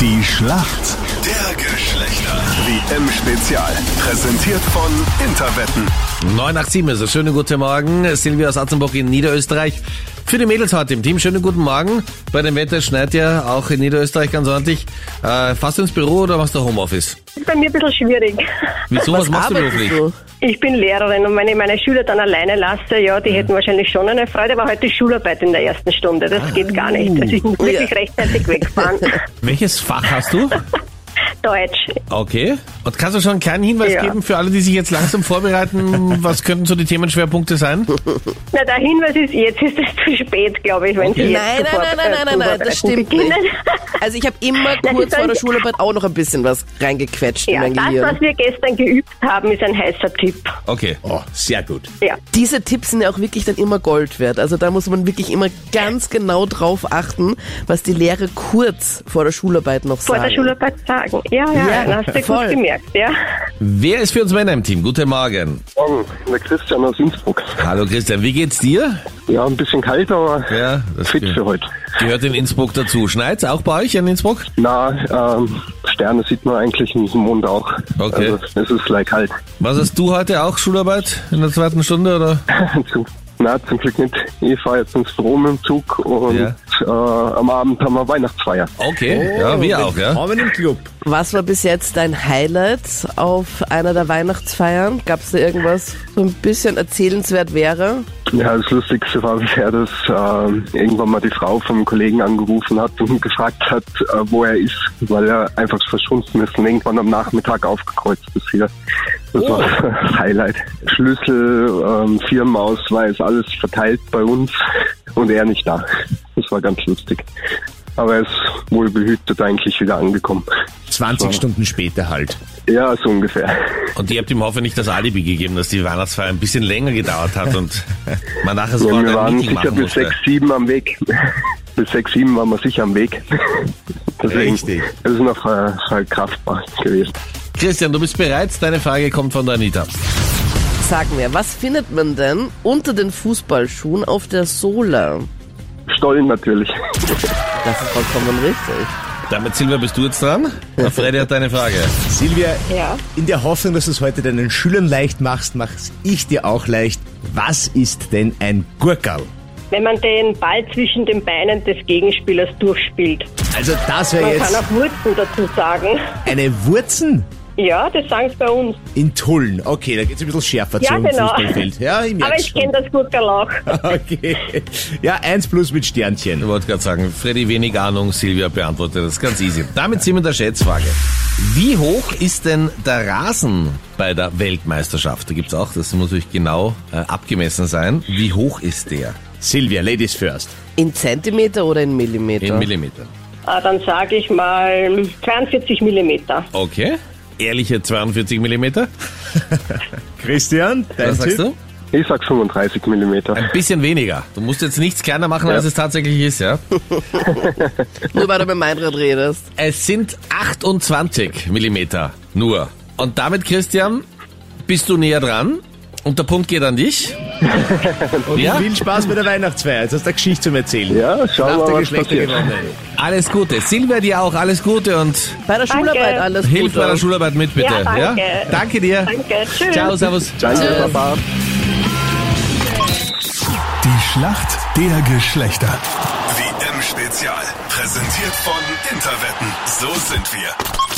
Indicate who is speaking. Speaker 1: Die Schlacht der Geschlechter. WM-Spezial. Präsentiert von Interwetten.
Speaker 2: 987 ist es. Schönen guten Morgen. Silvia aus Atzenburg in Niederösterreich. Für die Mädels heute im Team, schönen guten Morgen. Bei dem Wetter schneit ja auch in Niederösterreich ganz ordentlich. Äh, fast ins Büro oder machst du Homeoffice?
Speaker 3: Ist bei mir ein bisschen schwierig.
Speaker 2: Wieso, was, machst du beruflich?
Speaker 3: Ich bin Lehrerin und wenn ich meine Schüler dann alleine lasse, ja,
Speaker 4: Mhm.
Speaker 3: die hätten wahrscheinlich schon eine Freude, aber heute ist Schularbeit in der ersten Stunde. Das geht gar nicht. Also ich muss
Speaker 4: Ah. Oh ja.
Speaker 3: wirklich rechtzeitig wegfahren.
Speaker 2: Welches Fach hast du?
Speaker 3: Deutsch.
Speaker 2: Okay. Und kannst du schon einen kleinen Hinweis
Speaker 3: Ja.
Speaker 2: geben für alle, die sich jetzt langsam vorbereiten? Was könnten so die Themenschwerpunkte sein?
Speaker 3: Na, der Hinweis ist, jetzt ist es zu spät, glaube ich, wenn Sie jetzt
Speaker 4: Nein, nein,
Speaker 3: sofort,
Speaker 4: nein, nein,
Speaker 3: äh,
Speaker 4: nein, nein, nein, das
Speaker 3: zu
Speaker 4: stimmt
Speaker 3: beginnen.
Speaker 4: nicht. Also ich habe immer
Speaker 3: Nein,
Speaker 4: kurz
Speaker 3: das
Speaker 4: vor der
Speaker 3: ist-
Speaker 4: Schularbeit auch noch ein bisschen was reingequetscht
Speaker 3: Ja,
Speaker 4: in mein
Speaker 3: das,
Speaker 4: Gehirn.
Speaker 3: was wir gestern geübt haben, ist ein heißer Tipp.
Speaker 2: Okay.
Speaker 5: Oh, sehr gut.
Speaker 3: Ja.
Speaker 4: Diese Tipps sind ja auch wirklich dann immer Gold wert. Also da muss man wirklich immer ganz genau drauf achten, was die Lehrer kurz vor der Schularbeit noch
Speaker 3: Vor
Speaker 4: sagen.
Speaker 3: der Schularbeit sagen. Ja, ja,
Speaker 4: Oh. Ja,
Speaker 3: dann hast du
Speaker 4: voll.
Speaker 3: gut gemerkt, ja.
Speaker 2: Wer ist für uns Männer im Team? Guten Morgen.
Speaker 6: Morgen, der Christian aus Innsbruck.
Speaker 2: Hallo Christian, wie geht's dir?
Speaker 6: Ja, ein bisschen kalt, aber
Speaker 2: Ja, das
Speaker 6: fit
Speaker 2: stimmt.
Speaker 6: für heute.
Speaker 2: Gehört in Innsbruck dazu. Schneit's auch bei euch in Innsbruck?
Speaker 6: Na, ähm, Sterne sieht man eigentlich in diesem Mond auch.
Speaker 2: Okay.
Speaker 6: Also, es ist gleich kalt.
Speaker 2: Was hast du heute auch Schularbeit in der zweiten Stunde oder?
Speaker 6: zum, na, zum Glück nicht. Ich fahre jetzt ins Büro mit dem Zug und
Speaker 2: Ja.
Speaker 6: äh, am Abend haben wir Weihnachtsfeier.
Speaker 2: Okay, ja, wir auch, ja.
Speaker 5: Willkommen im Club.
Speaker 4: Was war bis jetzt dein Highlight auf einer der Weihnachtsfeiern? Gab es da irgendwas, so ein bisschen erzählenswert wäre?
Speaker 6: Ja, das Lustigste war bisher, dass ähm, irgendwann mal die Frau vom Kollegen angerufen hat und gefragt hat, äh, wo er ist, weil er einfach verschwunden ist und irgendwann am Nachmittag aufgekreuzt ist hier. Das war das Highlight. Schlüssel, ähm, Firmenausweis, alles verteilt bei uns und er nicht da. Das war ganz lustig. Aber er ist wohl behütet eigentlich wieder angekommen.
Speaker 5: 20 Stunden später halt.
Speaker 6: Ja, so ungefähr.
Speaker 2: Und ihr habt ihm hoffentlich das Alibi gegeben, dass die Weihnachtsfeier ein bisschen länger gedauert hat und man nachher
Speaker 6: Ja,
Speaker 2: sofort
Speaker 6: wir
Speaker 2: ein
Speaker 6: waren
Speaker 2: Meeting
Speaker 6: sicher
Speaker 2: machen
Speaker 6: bis
Speaker 2: musste.
Speaker 6: sechs, sieben am Weg. bis sechs, sieben waren wir sicher am Weg.
Speaker 5: Richtig.
Speaker 6: Das ist noch äh, verkraftbar gewesen.
Speaker 2: Christian, du bist bereit? Deine Frage kommt von der Anita.
Speaker 4: Sag mir, was findet man denn unter den Fußballschuhen auf der Sohle?
Speaker 6: Stollen natürlich.
Speaker 4: Das ist vollkommen richtig.
Speaker 2: Damit, Silvia, bist du jetzt dran? Und Freddy hat deine Frage.
Speaker 5: Silvia,
Speaker 3: Ja.
Speaker 5: in der Hoffnung, dass du es heute deinen Schülern leicht machst, mach's ich dir auch leicht. Was ist denn ein Gurkerl?
Speaker 3: Wenn man den Ball zwischen den Beinen des Gegenspielers durchspielt.
Speaker 5: Also das
Speaker 3: Man
Speaker 5: wäre
Speaker 3: kann
Speaker 5: jetzt
Speaker 3: auch Wurzen dazu sagen.
Speaker 5: eine Wurzen
Speaker 3: Ja, das sagen sie bei uns.
Speaker 5: in Tullen. Okay, da geht's ein bisschen schärfer
Speaker 3: Ja,
Speaker 5: zu im
Speaker 3: genau.
Speaker 5: Fußballfeld. Ja, ich merk's
Speaker 3: Aber ich kenne das gut Lauch.
Speaker 5: Okay. Ja, eins plus mit
Speaker 2: Ich
Speaker 5: Sternchen.
Speaker 2: wollte gerade sagen, Freddy wenig Ahnung, Silvia beantwortet das ganz easy. Damit sind wir in der Schätzfrage. Wie hoch ist denn der Rasen bei der Weltmeisterschaft? Da gibt's auch, das muss natürlich genau äh, abgemessen sein. Wie hoch ist der?
Speaker 5: Silvia, Ladies first.
Speaker 4: In Zentimeter oder in Millimeter?
Speaker 2: In Millimetern.
Speaker 3: Ah, dann sage ich mal 42 Millimeter.
Speaker 2: Okay. Ehrliche 42 Millimeter.
Speaker 5: Christian, dein
Speaker 2: Was sagst
Speaker 5: Tipp?
Speaker 2: du?
Speaker 6: Ich sag 35 Millimeter.
Speaker 2: Ein bisschen weniger. Du musst jetzt nichts kleiner machen, als es tatsächlich ist, ja?
Speaker 4: Nur weil du mit Meinrad redest.
Speaker 2: Es sind 28 Millimeter nur. Und damit, Christian, bist du näher dran. Und der Punkt geht an dich.
Speaker 5: Und
Speaker 2: Ja?
Speaker 5: viel Spaß bei der Weihnachtsfeier. Jetzt hast du eine Geschichte zum Erzählen.
Speaker 6: Ja,
Speaker 5: Nach
Speaker 6: schauen wir
Speaker 5: der
Speaker 6: mal, was passiert.
Speaker 5: Geschlechtergewandel.
Speaker 2: Alles Gute. Silvia, dir auch alles Gute und
Speaker 4: Bei der
Speaker 3: Danke.
Speaker 4: Schularbeit alles
Speaker 2: hilf
Speaker 4: Gute.
Speaker 2: bei der Schularbeit mit, bitte.
Speaker 3: Ja, danke.
Speaker 2: danke dir.
Speaker 3: Danke, tschüss.
Speaker 2: Ciao, servus.
Speaker 6: Danke, Baba.
Speaker 1: Die Schlacht der Geschlechter. WM-Spezial. Präsentiert von Interwetten. So sind wir.